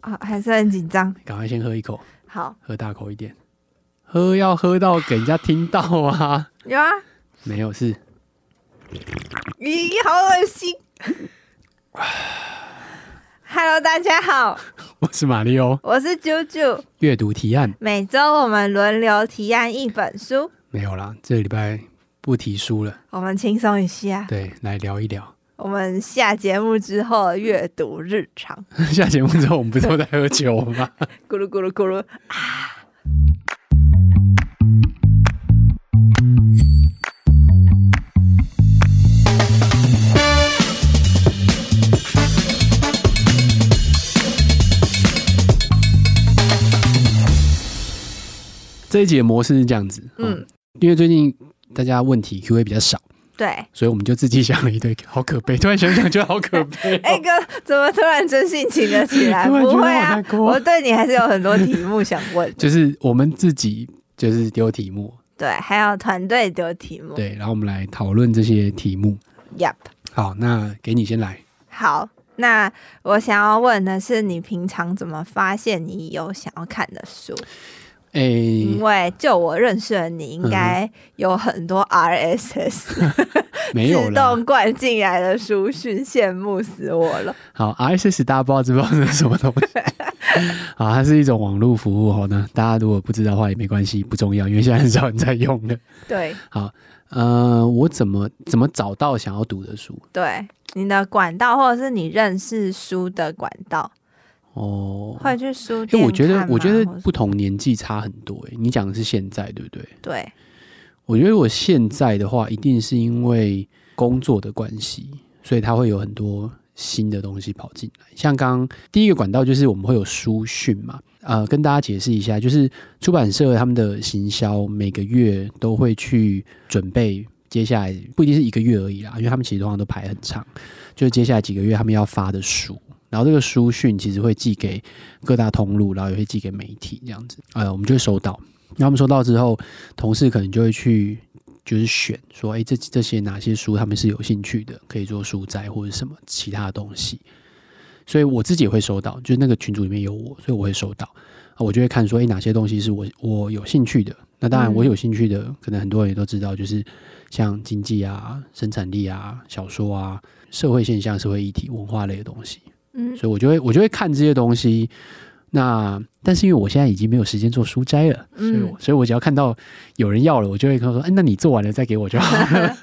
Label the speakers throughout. Speaker 1: 啊，还是很紧张。
Speaker 2: 赶快先喝一口，
Speaker 1: 好，
Speaker 2: 喝大口一点，喝要喝到给人家听到啊！
Speaker 1: 有啊，
Speaker 2: 没有事，
Speaker 1: 咦，好恶心。Hello，大家好，
Speaker 2: 我是马里欧。
Speaker 1: 我是啾啾。
Speaker 2: 阅读提案
Speaker 1: 每周我们轮流提案一本书，
Speaker 2: 没有啦，这个礼拜不提书了。
Speaker 1: 我们轻松一下。
Speaker 2: 对，来聊一聊。
Speaker 1: 我们下节目之后的阅读日常，
Speaker 2: 下节目之后，我们不是都在喝酒吗？
Speaker 1: 咕噜咕噜咕噜。
Speaker 2: 这一集的模式是这样子，嗯
Speaker 1: 嗯，
Speaker 2: 因为最近大家问题 Q&A 比较少，
Speaker 1: 对，
Speaker 2: 所以我们就自己想了一堆，好可悲。突然想想觉得好可悲哦、
Speaker 1: 哎、哥，怎么突然真性情了起来？
Speaker 2: 突然觉得
Speaker 1: 不会
Speaker 2: 好
Speaker 1: 啊
Speaker 2: 难，过。
Speaker 1: 我对你还是有很多题目想问
Speaker 2: 就是我们自己就是丢题目，
Speaker 1: 对，还有团队的题目。
Speaker 2: 对，然后我们来讨论这些题目。
Speaker 1: Yep。
Speaker 2: 好，那给你先来。
Speaker 1: 好，那我想要问的是，你平常怎么发现你有想要看的书？
Speaker 2: 诶、
Speaker 1: 因为就我认识的你，应该有很多 RSS
Speaker 2: 嗯 没有
Speaker 1: 自
Speaker 2: 啦。
Speaker 1: 动灌进来的书讯，羡慕死我 了。
Speaker 2: 好，RSS 大家不知道知不知道这是什 么东西？啊，它是一种网络服务哦。那大家如果不知道的话也没关系，不重要，因为现在很少人在用的。
Speaker 1: 对
Speaker 2: 呃，我怎么怎么找到想要读的书？
Speaker 1: 对，你的管道或者是你认识书的管道，
Speaker 2: 哦，
Speaker 1: 会去书
Speaker 2: 因
Speaker 1: 店
Speaker 2: 为我觉得
Speaker 1: 看，吗
Speaker 2: 我觉得
Speaker 1: 或是
Speaker 2: 不同年纪差很多、欸。你讲的是现在，对不对？
Speaker 1: 对，
Speaker 2: 我觉得我现在的话，一定是因为工作的关系，所以它会有很多新的东西跑进来。像刚刚第一个管道就是我们会有书讯嘛，呃，跟大家解释一下，就是出版社他们的行销每个月都会去准备。接下来不一定是一个月而已啦，因为他们其实通常都排很长，就是接下来几个月他们要发的书，然后这个书讯其实会寄给各大通路，然后也会寄给媒体这样子，呃，我们就会收到。然后我们收到之后，同事可能就会去就是选说，哎，这这些哪些书他们是有兴趣的，可以做书摘或者什么其他的东西。所以我自己也会收到，就是那个群组里面有我，所以我会收到啊，我就会看说，哎，哪些东西是我我有兴趣的。那当然，
Speaker 1: 嗯
Speaker 2: 我有兴趣的，可能很多人也都知道，就是像经济啊、生产力啊、小说啊、社会现象、社会议题、文化类的东西。
Speaker 1: 嗯，
Speaker 2: 所以我就会我就会看这些东西。那但是因为我现在已经没有时间做书斋了，所
Speaker 1: 嗯
Speaker 2: 以我所以我只要看到有人要了，我就会跟他说：“哎、那你做完了再给我就好了。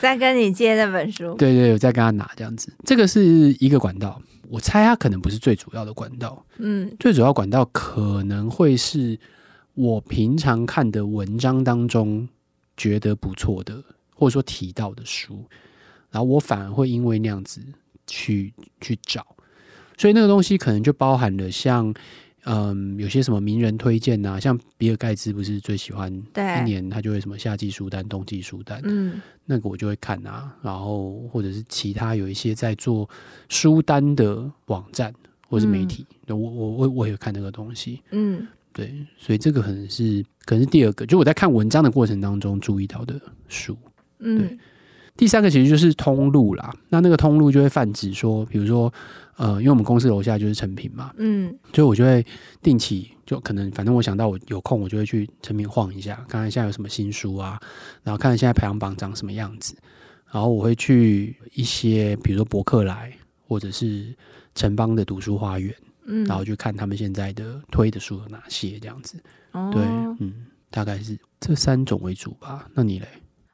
Speaker 1: 再跟你借那本书”，
Speaker 2: 对对，我再跟他拿这样子。这个是一个管道，我猜它可能不是最主要的管道，
Speaker 1: 嗯
Speaker 2: 最主要管道可能会是我平常看的文章当中觉得不错的，或者说提到的书，然后我反而会因为那样子去去找，所以那个东西可能就包含了像嗯有些什么名人推荐呐、像比尔盖茨不是最喜欢
Speaker 1: 对
Speaker 2: 一年他就会什么夏季书单、冬季书单，
Speaker 1: 嗯
Speaker 2: 那个我就会看啊，然后或者是其他有一些在做书单的网站或是媒体，那我我我我也有看那个东西，
Speaker 1: 嗯，
Speaker 2: 对，所以这个可能是可能是第二个，就我在看文章的过程当中注意到的书。
Speaker 1: 嗯
Speaker 2: 第三个其实就是通路啦，那那个通路就会泛指说，比如说，呃，因为我们公司楼下就是成品嘛，
Speaker 1: 嗯
Speaker 2: 所以我就会定期就可能，反正我想到我有空，我就会去成品晃一下，看看现在有什么新书啊，然后看看现在排行榜长什么样子，然后我会去一些比如说博客来或者是城邦的读书花园，
Speaker 1: 嗯，
Speaker 2: 然后去看他们现在的推的书有哪些这样子。
Speaker 1: 哦
Speaker 2: 对，嗯，大概是这三种为主吧。那你嘞？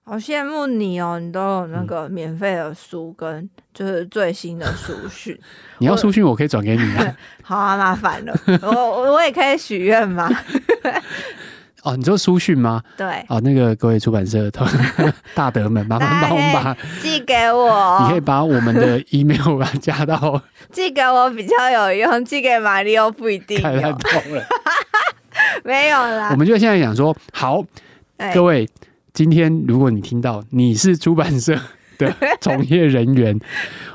Speaker 1: 好羡慕你哦，你都有
Speaker 2: 嗯
Speaker 1: 那个免费的书跟就是最新的书讯，
Speaker 2: 你要
Speaker 1: 我
Speaker 2: 书讯我可以转给你 啊。
Speaker 1: 好啊，麻烦了，我我我也可以许愿嘛，
Speaker 2: 哦，你说书讯吗？
Speaker 1: 对，
Speaker 2: 哦，那个各位出版社的 同大德们，麻烦
Speaker 1: 大家
Speaker 2: 帮我们把
Speaker 1: 寄给
Speaker 2: 你可以
Speaker 1: 我，哦
Speaker 2: 把我们的 email 把它 加到
Speaker 1: 寄给我比较有用，寄给马里奥不一 定
Speaker 2: 太烂
Speaker 1: 有，啊
Speaker 2: 透 了。
Speaker 1: 没有
Speaker 2: 我
Speaker 1: 啦，
Speaker 2: 们就现在想说，好，
Speaker 1: 哎
Speaker 2: 各位，今天如果你听到你是出 版社的从业人员，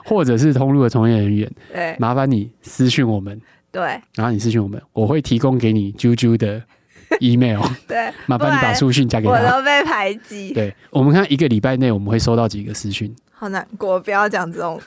Speaker 2: 或者是通路的从业人员，
Speaker 1: 对
Speaker 2: 麻烦你私讯我们，
Speaker 1: 对
Speaker 2: 然后你私讯我们，我会提供给你啾啾的 email，
Speaker 1: 对，
Speaker 2: 麻烦你把书讯加给
Speaker 1: 不然我
Speaker 2: 他。
Speaker 1: 都被排挤，
Speaker 2: 对，我们看一个礼拜内我们会收到几个私讯，
Speaker 1: 好难过，不要讲这种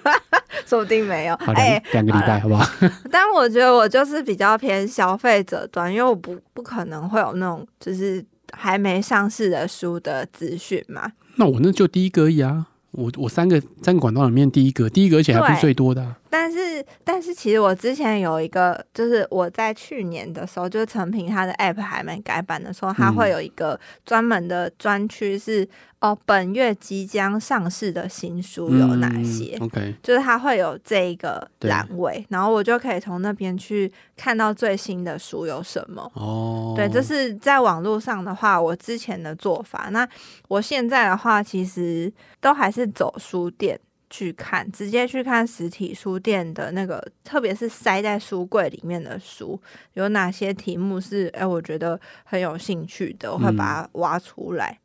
Speaker 1: 说不定没有。
Speaker 2: 好，
Speaker 1: 哎、
Speaker 2: 两两个礼拜，好不好？
Speaker 1: 但我觉得我就是比较偏消费者端，因为我不不可能会有那种就是还没上市的书的资讯嘛。
Speaker 2: 那我那就第一个而已啊，我我三个三个管道里面第一个，第一个而且还不是
Speaker 1: 对
Speaker 2: 最多的、啊。
Speaker 1: 但是，但是其实我之前有一个，就是我在去年的时候，就是成品它的 app 还没改版的时候，它
Speaker 2: 嗯
Speaker 1: 会有一个专门的专区是、哦，本月即将上市的新书有哪些？
Speaker 2: 嗯、？OK，
Speaker 1: 就是它会有这一个
Speaker 2: 对
Speaker 1: 栏位，然后我就可以从那边去看到最新的书有什么。
Speaker 2: 哦，
Speaker 1: 对，这是在网络上的话，我之前的做法。那我现在的话，其实都还是走书店去看，直接去看实体书店的那个，特别是塞在书柜里面的书，有哪些题目是哎、我觉得很有兴趣的，我会
Speaker 2: 嗯
Speaker 1: 把它挖出来。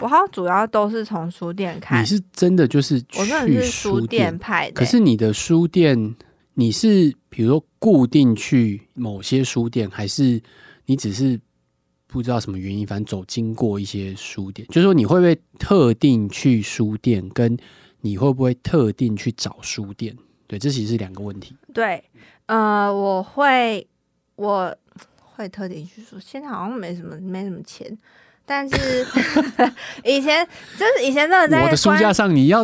Speaker 1: 我好像主要都是从书店看
Speaker 2: 你，是真的就是
Speaker 1: 我真
Speaker 2: 去
Speaker 1: 的是书
Speaker 2: 店
Speaker 1: 店，派的、
Speaker 2: 可是你的书店，你是比如说固定去某些书店，还是你只是不知道什么原因，反正走经过一些书店，就是说你会不会特定去书店，跟你会不会特定去找书店？对，这其实是两个问题。
Speaker 1: 对，呃，我会我会特地去说，现在好像没什么没什么钱，但是以前就是以前真的在
Speaker 2: 我的书
Speaker 1: 关
Speaker 2: 架上你要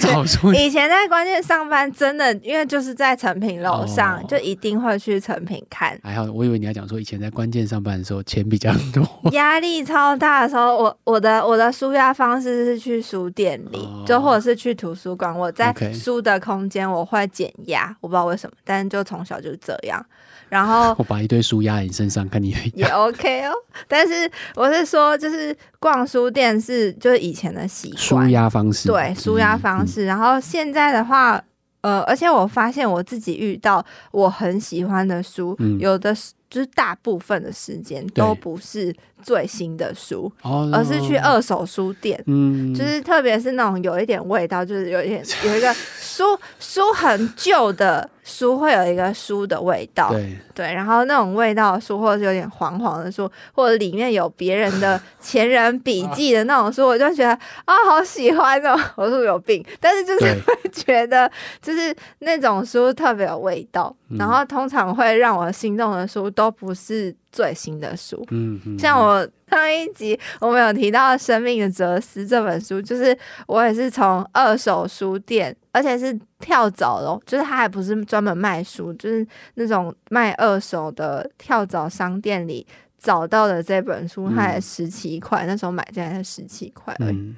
Speaker 2: 找书
Speaker 1: 以前在关键上班，真的因为就是在成品楼上，
Speaker 2: 哦。
Speaker 1: 就一定会去成品看
Speaker 2: 还好，哎我以为你要讲说以前在关键上班的时候钱比较多，
Speaker 1: 压力超大的时候，我我的我的舒压方式是去书店里，
Speaker 2: 哦
Speaker 1: 就或者是去图书馆。我在
Speaker 2: OK
Speaker 1: 书的空间我会减压，我不知道为什么，但是就从小就是这样。然后
Speaker 2: 我把一堆书压在你身上，看你
Speaker 1: 也 OK 哦。但是我是说，就是逛书店是就是以前的习
Speaker 2: 舒
Speaker 1: 惯，
Speaker 2: 压方式。嗯
Speaker 1: 对舒压方式。然后现在的话，呃，而且我发现我自己遇到我很喜欢的书，
Speaker 2: 嗯
Speaker 1: 有的是就是大部分的时间
Speaker 2: 对
Speaker 1: 都不是最新的书，
Speaker 2: 嗯，嗯
Speaker 1: 而是去
Speaker 2: 哦
Speaker 1: 二手书店。
Speaker 2: 嗯，
Speaker 1: 就是特别是那种有一点味道，就是有一点有一个 书书很旧的书会有一个书的味道，
Speaker 2: 对，
Speaker 1: 对，然后那种味道的书，或者是有点黄黄的书，或者里面有别人的前人笔记的那种书，我就觉得啊、好喜欢哦！我是不是有病？但是就是
Speaker 2: 对
Speaker 1: 会 觉得，就是那种书特别有味道，然后通常会让我心动的书都不是最新的书。
Speaker 2: 嗯，嗯
Speaker 1: 像我上一集我们有提到《生命的哲思》这本书，就是我也是从二手书店，而且是跳蚤咯，就是它还不是专门卖书，就是那种卖二手的跳蚤商店里找到的这本书，
Speaker 2: 嗯
Speaker 1: 它才十七块，那时候买进来才十七块而已。
Speaker 2: 嗯，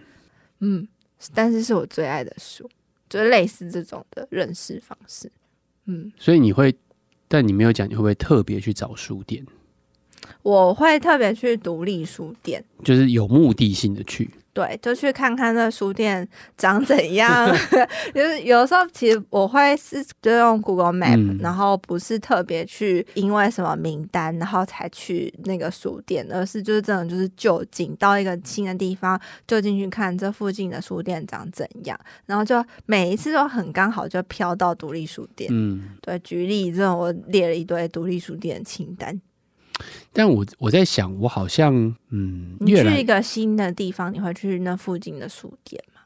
Speaker 1: 嗯，但是是我最爱的书，就是类似这种的认识方式。嗯。
Speaker 2: 所以你会，但你没有讲你会不会特别去找书店，
Speaker 1: 我会特别去独立书店，
Speaker 2: 就是有目的性的去。
Speaker 1: 对，就去看看那书店长怎 样。就是有时候其实我会是就用 Google Map，、
Speaker 2: 嗯
Speaker 1: 然后不是特别去因为什么名单，然后才去那个书店，而是就是这种就是就近到一个新的地方就进去看这附近的书店长怎样，然后就每一次都很刚好就飘到独立书店。
Speaker 2: 嗯，
Speaker 1: 对，举例这种我列了一堆独立书店的清单。
Speaker 2: 但我我在想，我好像嗯，
Speaker 1: 你
Speaker 2: 越
Speaker 1: 去
Speaker 2: 来
Speaker 1: 一个新的地方，你会去那附近的书店
Speaker 2: 哦
Speaker 1: 吗？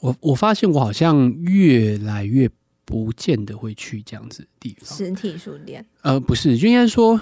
Speaker 2: 我我发现我好像越来越不见得会去这样子的地方。
Speaker 1: 实体书店、
Speaker 2: 呃，不是，就应该说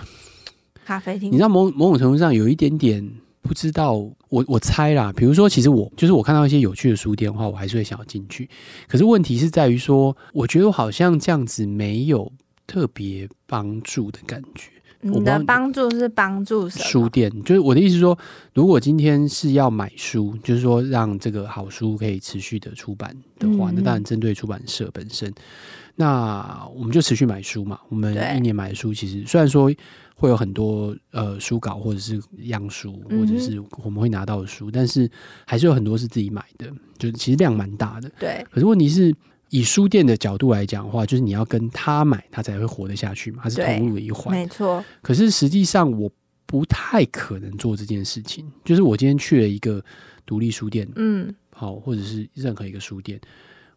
Speaker 1: 咖啡厅
Speaker 2: 你知。道某某种程度上有一点点不知道，我我猜啦。比如说，其实我就是我看到一些有趣的书店的话，我还是会想要进去。可是问题是在于说，我觉得我好像这样子没有特别帮助的感觉。我
Speaker 1: 你
Speaker 2: 不知道
Speaker 1: 的
Speaker 2: 你
Speaker 1: 帮助是帮助什么？
Speaker 2: 书店就是我的意思是说，如果今天是要买书，就是说让这个好书可以持续的出版的话，
Speaker 1: 嗯
Speaker 2: 那当然针对出版社本身，那我们就持续买书嘛。我们
Speaker 1: 对
Speaker 2: 一年买的书，其实虽然说会有很多呃书稿或者是样书，
Speaker 1: 嗯
Speaker 2: 或
Speaker 1: 哼
Speaker 2: 者是我们会拿到的书，但是还是有很多是自己买的，就是其实量蛮大的。
Speaker 1: 对，
Speaker 2: 可是问题是，以书店的角度来讲的话，就是你要跟他买，他才会活得下去嘛，它是
Speaker 1: 对
Speaker 2: 投入的一环。
Speaker 1: 没错，
Speaker 2: 可是实际上我不太可能做这件事情。就是我今天去了一个独立书店，
Speaker 1: 嗯，
Speaker 2: 好，或者是任何一个书店，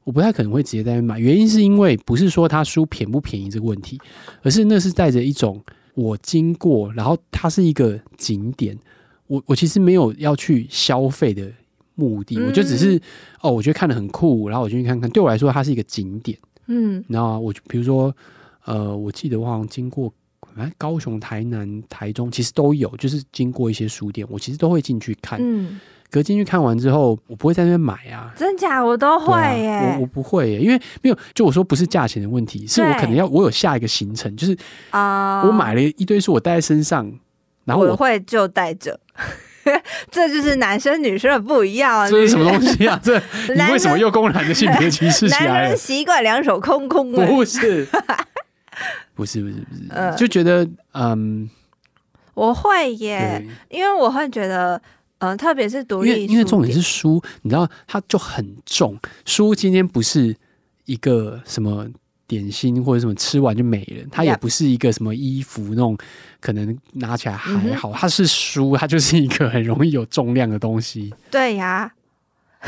Speaker 2: 我不太可能会直接在那边买。原因是因为不是说它书便不便宜这个问题，而是那是带着一种我经过，然后它是一个景点，我我其实没有要去消费的目的，我就只是哦，我觉得看的很酷，然后我就去看看。对我来说，它是一个景点。
Speaker 1: 嗯
Speaker 2: 然后我就比如说，呃，我记得我好像经过，反正高雄、台南、台中其实都有，就是经过一些书店，我其实都会进去看。
Speaker 1: 嗯，
Speaker 2: 可是进去看完之后，我不会在那边买啊。
Speaker 1: 真假我都会
Speaker 2: 对啊
Speaker 1: 耶、
Speaker 2: 我我不会耶，因为没有，就我说不是价钱的问题，是我可能
Speaker 1: 对
Speaker 2: 要我有下一个行程，就是
Speaker 1: 啊
Speaker 2: 我买了一堆书，我带在身上，然后
Speaker 1: 我
Speaker 2: 我
Speaker 1: 会就带着， 这就是男生女生的不一样啊。
Speaker 2: 这是什
Speaker 1: 女
Speaker 2: 么东西啊？这你为什么又公然的性别歧视起
Speaker 1: 男
Speaker 2: 来
Speaker 1: 人
Speaker 2: 了？
Speaker 1: 习惯两手空空的。
Speaker 2: 不是，不是，不是，不
Speaker 1: 呃
Speaker 2: 是，就觉得嗯，
Speaker 1: 我会耶，
Speaker 2: 对。
Speaker 1: 因为我会觉得，嗯、特别是独
Speaker 2: 因为
Speaker 1: 立
Speaker 2: 因为
Speaker 1: 书
Speaker 2: 重点
Speaker 1: 店
Speaker 2: 是书，你知道它就很重。书今天不是一个什么点心或者什么吃完就没了，它也
Speaker 1: Yep
Speaker 2: 不是一个什么衣服那种可能拿起来还
Speaker 1: 嗯哼
Speaker 2: 好，它是书，它就是一个很容易有重量的东西。
Speaker 1: 对呀、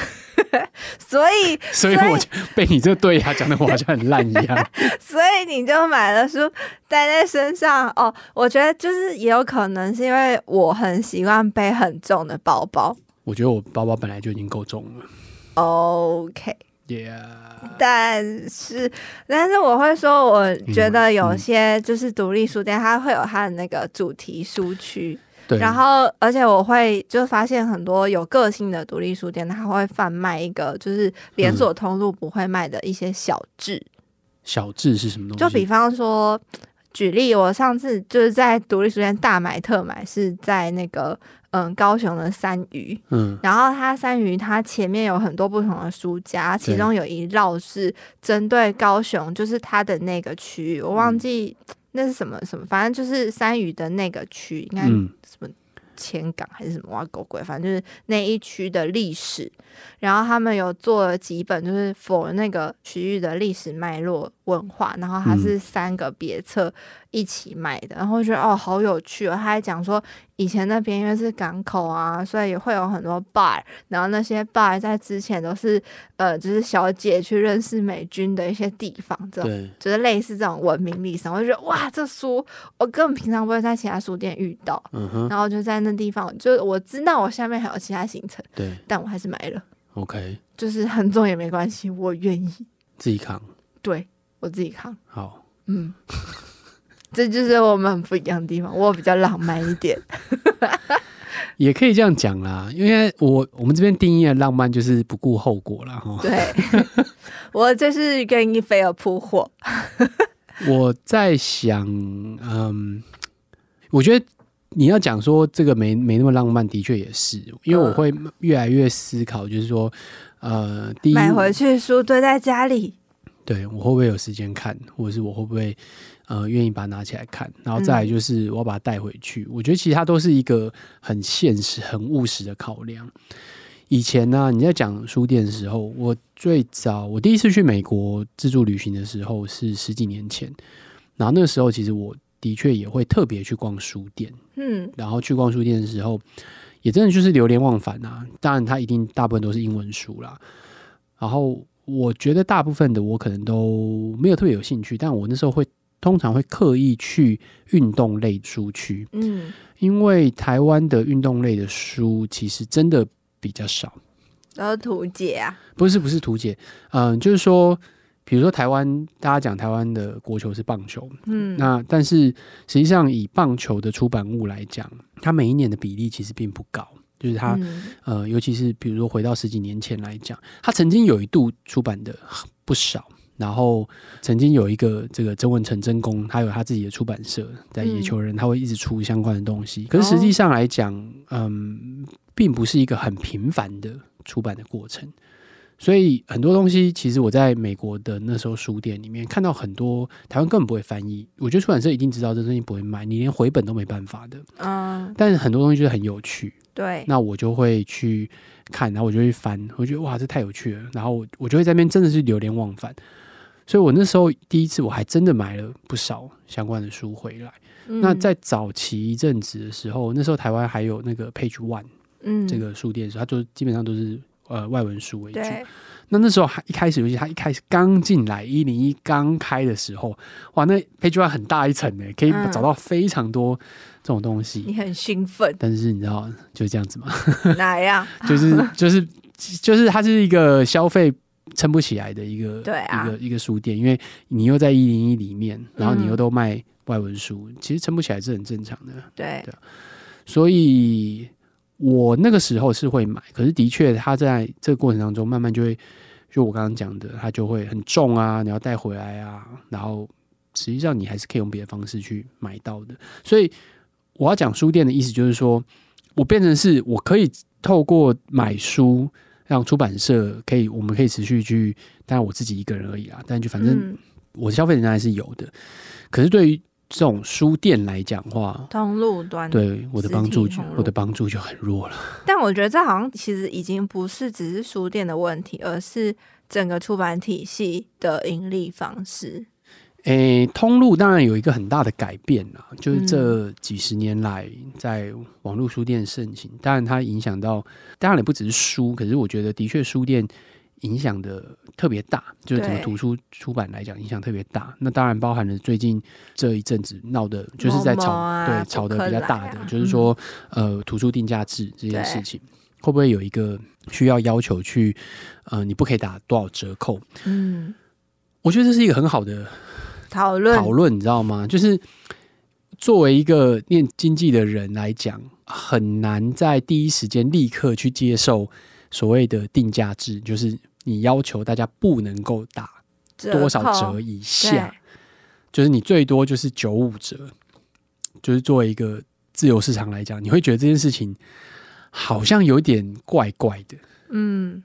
Speaker 1: 所以
Speaker 2: 所以
Speaker 1: 所以
Speaker 2: 我就被你这对呀、讲的我好像很烂一样。
Speaker 1: 所以你就买了书带在身上哦。我觉得就是也有可能是因为我很习惯背很重的包包。
Speaker 2: 我觉得我包包本来就已经够重了
Speaker 1: OK，
Speaker 2: ，Yeah。
Speaker 1: 但是，但是我会说，我觉得有些就是独立书店，它会有它的那个主题书区，
Speaker 2: 对，
Speaker 1: 然后而且我会就发现很多有个性的独立书店，它会贩卖一个就是连锁通路不会卖的一些小志，
Speaker 2: 小智是什么东西？
Speaker 1: 就比方说。举例，我上次就是在独立书店大买特买，是在那个嗯高雄的三余，
Speaker 2: 嗯
Speaker 1: 然后它三鱼，它前面有很多不同的书架，其中有一绕是针对高雄，就是它的那个区域，我
Speaker 2: 嗯
Speaker 1: 忘记那是什么什么，反正就是三鱼的那个区，应该
Speaker 2: 嗯
Speaker 1: 什么千港还是什么挖狗鬼，反正就是那一区的历史。然后他们有做了几本，就是否那个区域的历史脉络文化，然后它是三个别册一起卖的，然后我觉得哦好有趣哦，他还讲说以前那边因为是港口啊，所以也会有很多 bar，然后那些 bar 在之前都是呃，就是小姐去认识美军的一些地方，这种
Speaker 2: 对，
Speaker 1: 就是类似这种文明历史，我就觉得哇，这书我根本平常不会在其他书店遇到，
Speaker 2: 嗯哼，
Speaker 1: 然后就在那地方，就是我知道我下面还有其他行程，
Speaker 2: 对
Speaker 1: 但我还是买了，
Speaker 2: ，OK，
Speaker 1: 就是很重也没关系，我愿意，
Speaker 2: 自己扛，
Speaker 1: 对我自己扛，
Speaker 2: 好。
Speaker 1: 嗯。这就是我们不一样的地方，我比较浪漫一点。
Speaker 2: 也可以这样讲啦，因为我我们这边定义的浪漫就是不顾后果啦。哈。
Speaker 1: 对，我就是跟一菲尔扑火。
Speaker 2: 我在想，嗯，我觉得你要讲说这个没没那么浪漫，的确也是，因为
Speaker 1: 嗯
Speaker 2: 我会越来越思考，就是说，呃，第一，
Speaker 1: 买回去书堆在家里，
Speaker 2: 对我会不会有时间看，或者是我会不会呃愿意把它拿起来看，然后再来就是我要把它带回去。我觉得其实它都是一个很现实、很务实的考量。以前呢、你在讲书店的时候，我最早我第一次去美国自助旅行的时候是十几年前，然后那个时候其实我的确也会特别去逛书店，
Speaker 1: 嗯
Speaker 2: 然后去逛书店的时候，也真的就是流连忘返啊。当然，它一定大部分都是英文书啦。然后我觉得大部分的我可能都没有特别有兴趣，但我那时候会通常会刻意去运动类书区，
Speaker 1: 嗯，
Speaker 2: 因为台湾的运动类的书其实真的比较少。
Speaker 1: 然后图解啊，
Speaker 2: 不是不是图解，嗯、就是说，比如说台湾，大家讲台湾的国球是棒球，
Speaker 1: 嗯，
Speaker 2: 那但是实际上以棒球的出版物来讲，它每一年的比例其实并不高，就是它、
Speaker 1: 嗯
Speaker 2: 呃，尤其是比如说回到十几年前来讲，它曾经有一度出版的不少。然后曾经有一个这个曾文成真公，他有他自己的出版社，在
Speaker 1: 嗯
Speaker 2: 野球人，他会一直出相关的东西。可是实际上来讲，嗯，并不是一个很频繁的出版的过程。所以很多东西，其实我在美国的那时候书店里面看到很多台湾根本不会翻译，我觉得出版社一定知道这东西不会卖，你连回本都没办法的。
Speaker 1: 嗯，
Speaker 2: 但是很多东西就是很有趣，
Speaker 1: 对，
Speaker 2: 那我就会去看，然后我就会翻，我觉得哇，这太有趣了，然后我我就会在那边真的是流连忘返。所以我那时候第一次我还真的买了不少相关的书回来。那
Speaker 1: 嗯
Speaker 2: 在早期一阵子的时候，那时候台湾还有那个 Page One
Speaker 1: 嗯
Speaker 2: 这个书店的时候，它就基本上都是呃外文书为主。
Speaker 1: 对，
Speaker 2: 那那时候还一开始，尤其他一开始刚进来一零一刚开的时候，哇，那 page one 很大一层呢，可以
Speaker 1: 嗯
Speaker 2: 找到非常多这种东西。
Speaker 1: 你很兴奋
Speaker 2: 但是你知道，就是这样子嘛，
Speaker 1: 哪 样？
Speaker 2: 就是 就是就是它是一个消费撑不起来的一个
Speaker 1: 对啊
Speaker 2: 一个一个书店，因为你又在一零一里面，然后你
Speaker 1: 嗯
Speaker 2: 又都卖外文书，其实撑不起来是很正常的。
Speaker 1: 对
Speaker 2: 对所以我那个时候是会买，可是的确，它在这个过程当中，慢慢就会，就我刚刚讲的，它就会很重啊，你要带回来啊，然后实际上你还是可以用别的方式去买到的。所以我要讲书店的意思，就是说我变成是我可以透过买书。让出版社可以，我们可以持续去，当然我自己一个人而已啦，啊但就反正
Speaker 1: 嗯、
Speaker 2: 我的消费能力还是有的。可是对于这种书店来讲的话，
Speaker 1: 通路端，
Speaker 2: 对我的
Speaker 1: 实嗯
Speaker 2: 帮
Speaker 1: 体
Speaker 2: 助就
Speaker 1: 通路
Speaker 2: 我的帮助就很弱了。
Speaker 1: 但我觉得这好像其实已经不是只是书店的问题，而是整个出版体系的盈利方式。
Speaker 2: 诶，通路当然有一个很大的改变啦，就是
Speaker 1: 嗯
Speaker 2: 这几十年来在网络书店盛行，当然它影响到，当然也不只是书，可是我觉得的确书店影响的特别大，就是整个
Speaker 1: 对
Speaker 2: 图书出版来讲影响特别大。那当然包含了最近这一阵子闹的，就是在
Speaker 1: 某
Speaker 2: 吵、
Speaker 1: 某啊
Speaker 2: 对吵的比较大
Speaker 1: 博客来，
Speaker 2: 的
Speaker 1: 啊嗯
Speaker 2: 就是说、呃图书定价制这件
Speaker 1: 对
Speaker 2: 事情。会不会有一个需要要求去，呃，你不可以打多少折扣？
Speaker 1: 嗯，
Speaker 2: 我觉得这是一个很好的
Speaker 1: 讨论
Speaker 2: 讨论，你知道吗？就是作为一个念经济的人来讲，很难在第一时间立刻去接受所谓的定价制，就是你要求大家不能够打多少折
Speaker 1: 扣
Speaker 2: 以下，就是你最多就是九五折。就是作为一个自由市场来讲，你会觉得这件事情好像有点怪怪的。
Speaker 1: 对嗯，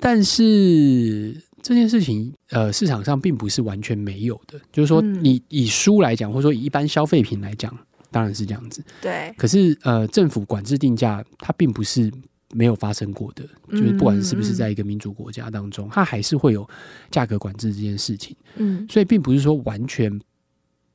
Speaker 2: 但是这件事情，呃，市场上并不是完全没有的。就是说，
Speaker 1: 嗯
Speaker 2: 你以书来讲，或者说以一般消费品来讲，当然是这样子。
Speaker 1: 对，
Speaker 2: 可是，呃，政府管制定价，它并不是没有发生过的。就是不管是
Speaker 1: 嗯
Speaker 2: 不是在一个民主国家当中，它还是会有价格管制这件事情。
Speaker 1: 嗯，
Speaker 2: 所以，并不是说完全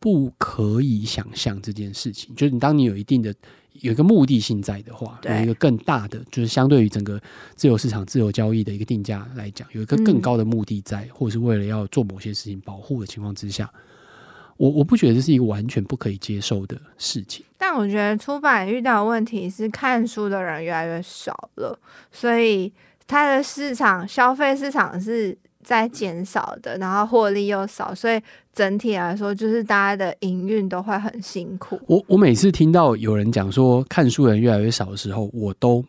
Speaker 2: 不可以想象这件事情。就是你当你有一定的有一个目的性在的话，
Speaker 1: 对
Speaker 2: 有一个更大的，就是相对于整个自由市场、自由交易的一个定价来讲，有一个更
Speaker 1: 嗯
Speaker 2: 高的目的在，或者是为了要做某些事情保护的情况之下，我我不觉得这是一个完全不可以接受的事情。
Speaker 1: 但我觉得出版遇到的问题是看书的人越来越少了，所以它的市场消费市场是在减少的，然后获利又少，所以整体来说就是大家的营运都会很辛苦。
Speaker 2: 我我每次听到有人讲说看书人越来越少的时候，我都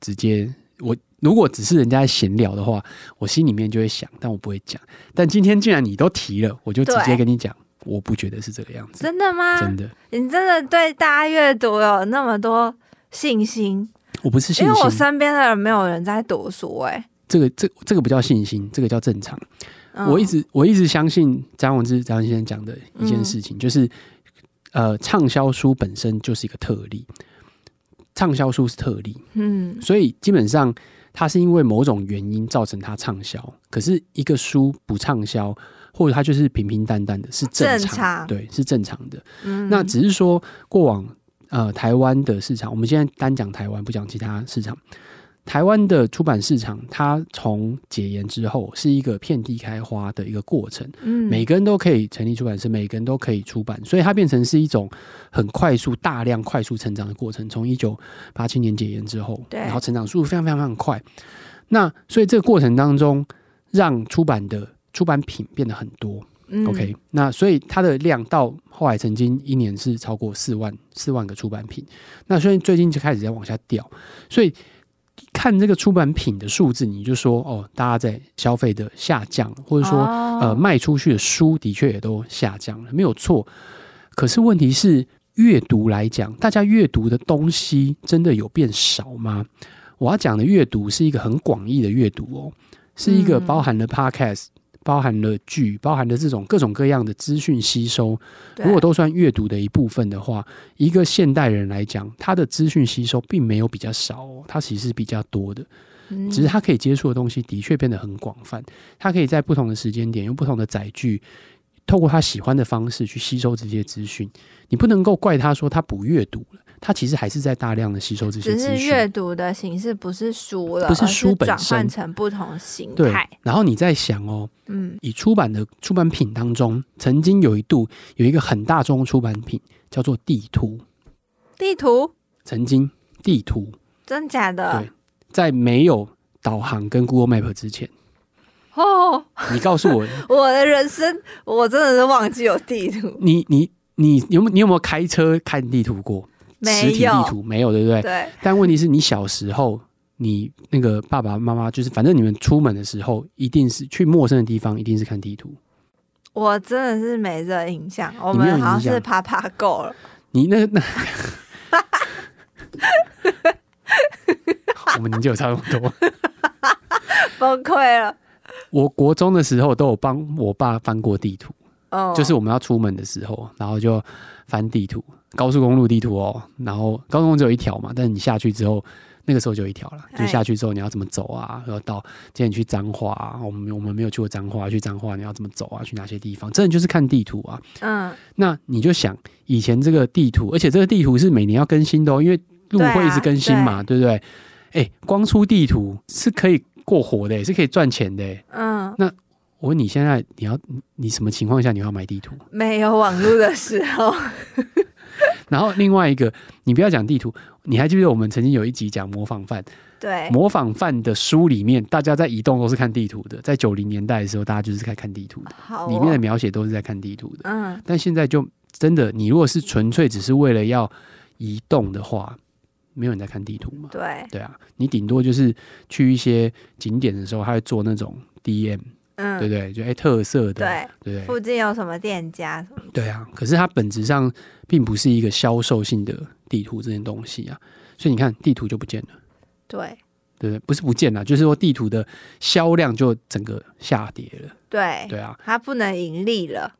Speaker 2: 直接我如果只是人家在闲聊的话，我心里面就会想，但我不会讲。但今天既然你都提了，我就直接
Speaker 1: 对
Speaker 2: 跟你讲，我不觉得是这个样子，
Speaker 1: 真的啊吗？
Speaker 2: 真的，
Speaker 1: 你真的对大家阅读有那么多信心？
Speaker 2: 我不是信
Speaker 1: 因为我
Speaker 2: 心，
Speaker 1: 身边的人没有人在读书、哎、
Speaker 2: 这个这这个不叫信心，这个叫正常。
Speaker 1: 嗯
Speaker 2: 我一直我一直相信张宏志张先生讲的一
Speaker 1: 嗯
Speaker 2: 件事情，就是呃，畅销书本身就是一个特例，畅销书是特例，
Speaker 1: 嗯
Speaker 2: 所以基本上它是因为某种原因造成它畅销。可是一个书不畅销，或者它就是平平淡淡的，是正常，
Speaker 1: 正常
Speaker 2: 对，是正常的。
Speaker 1: 嗯，
Speaker 2: 那只是说过往呃台湾的市场，我们现在单讲台湾，不讲其他市场。台湾的出版市场，它从解严之后是一个遍地开花的一个过程，
Speaker 1: 嗯
Speaker 2: 每个人都可以成立出版社，每个人都可以出版，所以它变成是一种很快速、大量、快速成长的过程。从一九八七年解严之后，
Speaker 1: 对
Speaker 2: 然后成长速度非常非常非常快。那所以这个过程当中，让出版的出版品变得很多。
Speaker 1: 嗯
Speaker 2: OK，那所以它的量到后来曾经一年是超过四万四万个出版品，那所以最近就开始在往下掉，所以看这个出版品的数字，你就说哦，大家在消费的下降了，或者说、
Speaker 1: 哦
Speaker 2: 呃卖出去的书的确也都下降了，没有错。可是问题是，阅读来讲，大家阅读的东西真的有变少吗？我要讲的阅读是一个很广义的阅读哦，是一个
Speaker 1: 嗯
Speaker 2: 包含了 podcast、包含了剧、包含了这种各种各样的资讯吸收。
Speaker 1: 对
Speaker 2: 如果都算阅读的一部分的话，一个现代人来讲，他的资讯吸收并没有比较少哦，他其实是比较多的。
Speaker 1: 嗯
Speaker 2: 只是他可以接触的东西的确变得很广泛，他可以在不同的时间点用不同的载具，透过他喜欢的方式去吸收这些资讯。你不能够怪他说他不阅读了，它其实还是在大量的吸收这些
Speaker 1: 只
Speaker 2: 资
Speaker 1: 是
Speaker 2: 讯。
Speaker 1: 阅读的形式不是书了，
Speaker 2: 不是书
Speaker 1: 而
Speaker 2: 本
Speaker 1: 转
Speaker 2: 身
Speaker 1: 换成不同形
Speaker 2: 对
Speaker 1: 态。，
Speaker 2: 然后你再想哦，
Speaker 1: 嗯，
Speaker 2: 以出版的出版品当中，曾经有一度有一个很大众的出版品叫做地图，
Speaker 1: 地图
Speaker 2: 曾经地图
Speaker 1: 真假的
Speaker 2: 对在没有导航跟 Google Map 之前，
Speaker 1: 哦，
Speaker 2: 你告诉我，
Speaker 1: 我的人生我真的是忘记有地图，
Speaker 2: 你你你有没有你有没有开车看地图过？ 实
Speaker 1: 没
Speaker 2: 体地
Speaker 1: 有。
Speaker 2: 图没有，对不对？
Speaker 1: 对，
Speaker 2: 但问题是你小时候，你那个爸爸妈妈就是，反正你们出门的时候，一定是去陌生的地方，一定是看地图。
Speaker 1: 我真的是没这印象。我
Speaker 2: 你没有
Speaker 1: 们好像
Speaker 2: 印象
Speaker 1: 是爬爬够了，
Speaker 2: 你那那， 我们年纪有差不多。
Speaker 1: 崩溃了。
Speaker 2: 我国中的时候都有帮我爸翻过地图，
Speaker 1: 哦，
Speaker 2: 就是我们要出门的时候，然后就翻地图，高速公路地图哦。然后高速公路只有一条嘛，但是你下去之后，那个时候就有一条了。就
Speaker 1: 哎
Speaker 2: 下去之后你要怎么走啊？然后到今天你去彰化、啊，我们我们没有去过彰化，去彰化你要怎么走啊？去哪些地方？真的就是看地图啊。
Speaker 1: 嗯，
Speaker 2: 那你就想以前这个地图，而且这个地图是每年要更新的哦，因为路
Speaker 1: 对啊
Speaker 2: 会一直更新嘛，对,、不对？哎，光出地图是可以过活的，是可以赚钱的。
Speaker 1: 嗯，
Speaker 2: 我问你现在你要你你什么情况下你要买地图？
Speaker 1: 没有网络的时候，
Speaker 2: 然后另外一个，你不要讲地图，你还记得我们曾经有一集讲模仿犯？
Speaker 1: 对，
Speaker 2: 模仿犯的书里面，大家在移动都是看地图的，在九零年代的时候，大家就是在看地图的，
Speaker 1: 好、哦，
Speaker 2: 里面的描写都是在看地图的。
Speaker 1: 嗯，
Speaker 2: 但现在就真的，你如果是纯粹只是为了要移动的话，没有人在看地图嘛？
Speaker 1: 对，
Speaker 2: 对啊，你顶多就是去一些景点的时候，他会做那种 DM，、
Speaker 1: 嗯，
Speaker 2: 对不对？就哎、特色的，
Speaker 1: 对
Speaker 2: 对不对？
Speaker 1: 附近有什么店家什么的？
Speaker 2: 对啊，可是它本质上并不是一个销售性的地图这件东西啊，所以你看地图就不见了，
Speaker 1: 对
Speaker 2: 对不对？不是不见了，就是说地图的销量就整个下跌了，
Speaker 1: 对，
Speaker 2: 对啊。
Speaker 1: 它不能盈利了。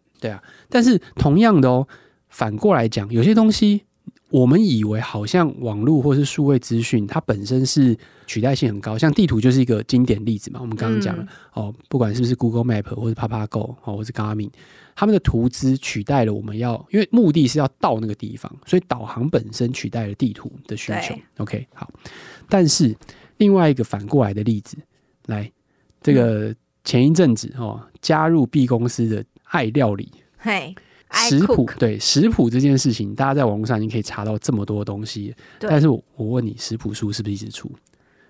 Speaker 2: 但是同样的哦，反过来讲，有些东西我们以为好像网络或是数位资讯，它本身是取代性很高，像地图就是一个经典例子嘛。我们刚刚讲了、
Speaker 1: 嗯
Speaker 2: 哦，不管是不是 Google Map 或是 PapaGo 哦，或是 Garmin，他们的图资取代了我们要，因为目的是要到那个地方，所以导航本身取代了地图的需求
Speaker 1: 对。
Speaker 2: OK，好，但是另外一个反过来的例子，来，这个
Speaker 1: 嗯
Speaker 2: 前一阵子哦，加入 B 公司的爱料理
Speaker 1: 嘿，I
Speaker 2: 食谱
Speaker 1: cook，，
Speaker 2: 对食谱这件事情，大家在网络上已经可以查到这么多东西，
Speaker 1: 对
Speaker 2: 但是我我问你，食谱书是不是一直出，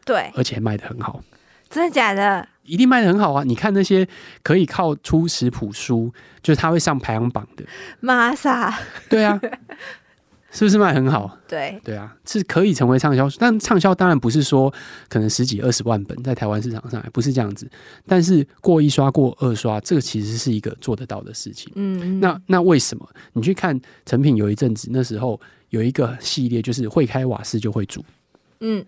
Speaker 1: 对，
Speaker 2: 而且卖的很好？
Speaker 1: 真的假的？
Speaker 2: 一定卖的很好啊！你看那些可以靠出食谱书，就是他会上排行榜的，
Speaker 1: 玛莎，
Speaker 2: 对啊，是不是卖得很好？
Speaker 1: 对，
Speaker 2: 对啊，是可以成为畅销书，但畅销当然不是说可能十几二十万本在台湾市场上哎来不是这样子，但是过一刷过二刷，这个其实是一个做得到的事情。
Speaker 1: 嗯，嗯
Speaker 2: 那那为什么你去看成品有一阵子那时候有一个系列就是会开瓦斯就会煮，
Speaker 1: 嗯，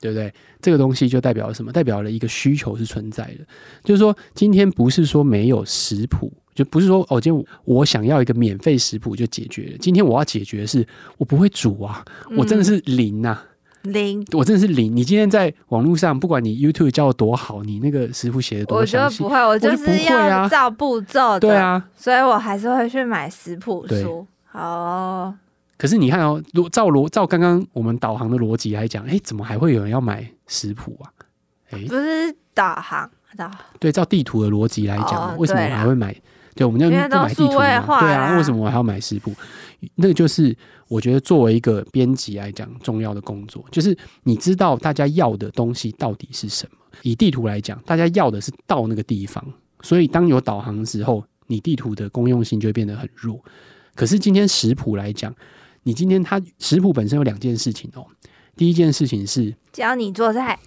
Speaker 2: 对不对？这个东西就代表了什么？代表了一个需求是存在的，就是说今天不是说没有食谱，就不是说哦，今天我想要一个免费食谱就解决了。今天我要解决的是我不会煮啊，
Speaker 1: 嗯
Speaker 2: 我真的是零呐、
Speaker 1: 零，
Speaker 2: 我真的是零。你今天在网络上，不管你 YouTube 教的多好，你那个食谱写的多
Speaker 1: 我就
Speaker 2: 详细
Speaker 1: 不，会，我
Speaker 2: 就不
Speaker 1: 是
Speaker 2: 会啊
Speaker 1: 要照步骤的，
Speaker 2: 对，啊，
Speaker 1: 所以我还是会去买食谱
Speaker 2: 对
Speaker 1: 书。哦，
Speaker 2: 可是你看哦，如照逻照刚刚我们导航的逻辑来讲，哎，怎么还会有人要买食谱啊？哎，
Speaker 1: 不是导航，导航
Speaker 2: 对，照地图的逻辑来讲，
Speaker 1: 哦
Speaker 2: 为什么
Speaker 1: 对
Speaker 2: 我
Speaker 1: 啦
Speaker 2: 还会买？对，我们就
Speaker 1: 因为
Speaker 2: 不
Speaker 1: 都
Speaker 2: 买地图
Speaker 1: 数位
Speaker 2: 嘛，
Speaker 1: 化
Speaker 2: 对啊，
Speaker 1: 啦
Speaker 2: 为什么我还要买食谱？那个就是我觉得作为一个编辑来讲，重要的工作就是你知道大家要的东西到底是什么。以地图来讲，大家要的是到那个地方，所以当有导航的时候，你地图的公用性就会变得很弱。可是今天食谱来讲，你今天它食谱本身有两件事情哦。第一件事情是
Speaker 1: 教你做菜，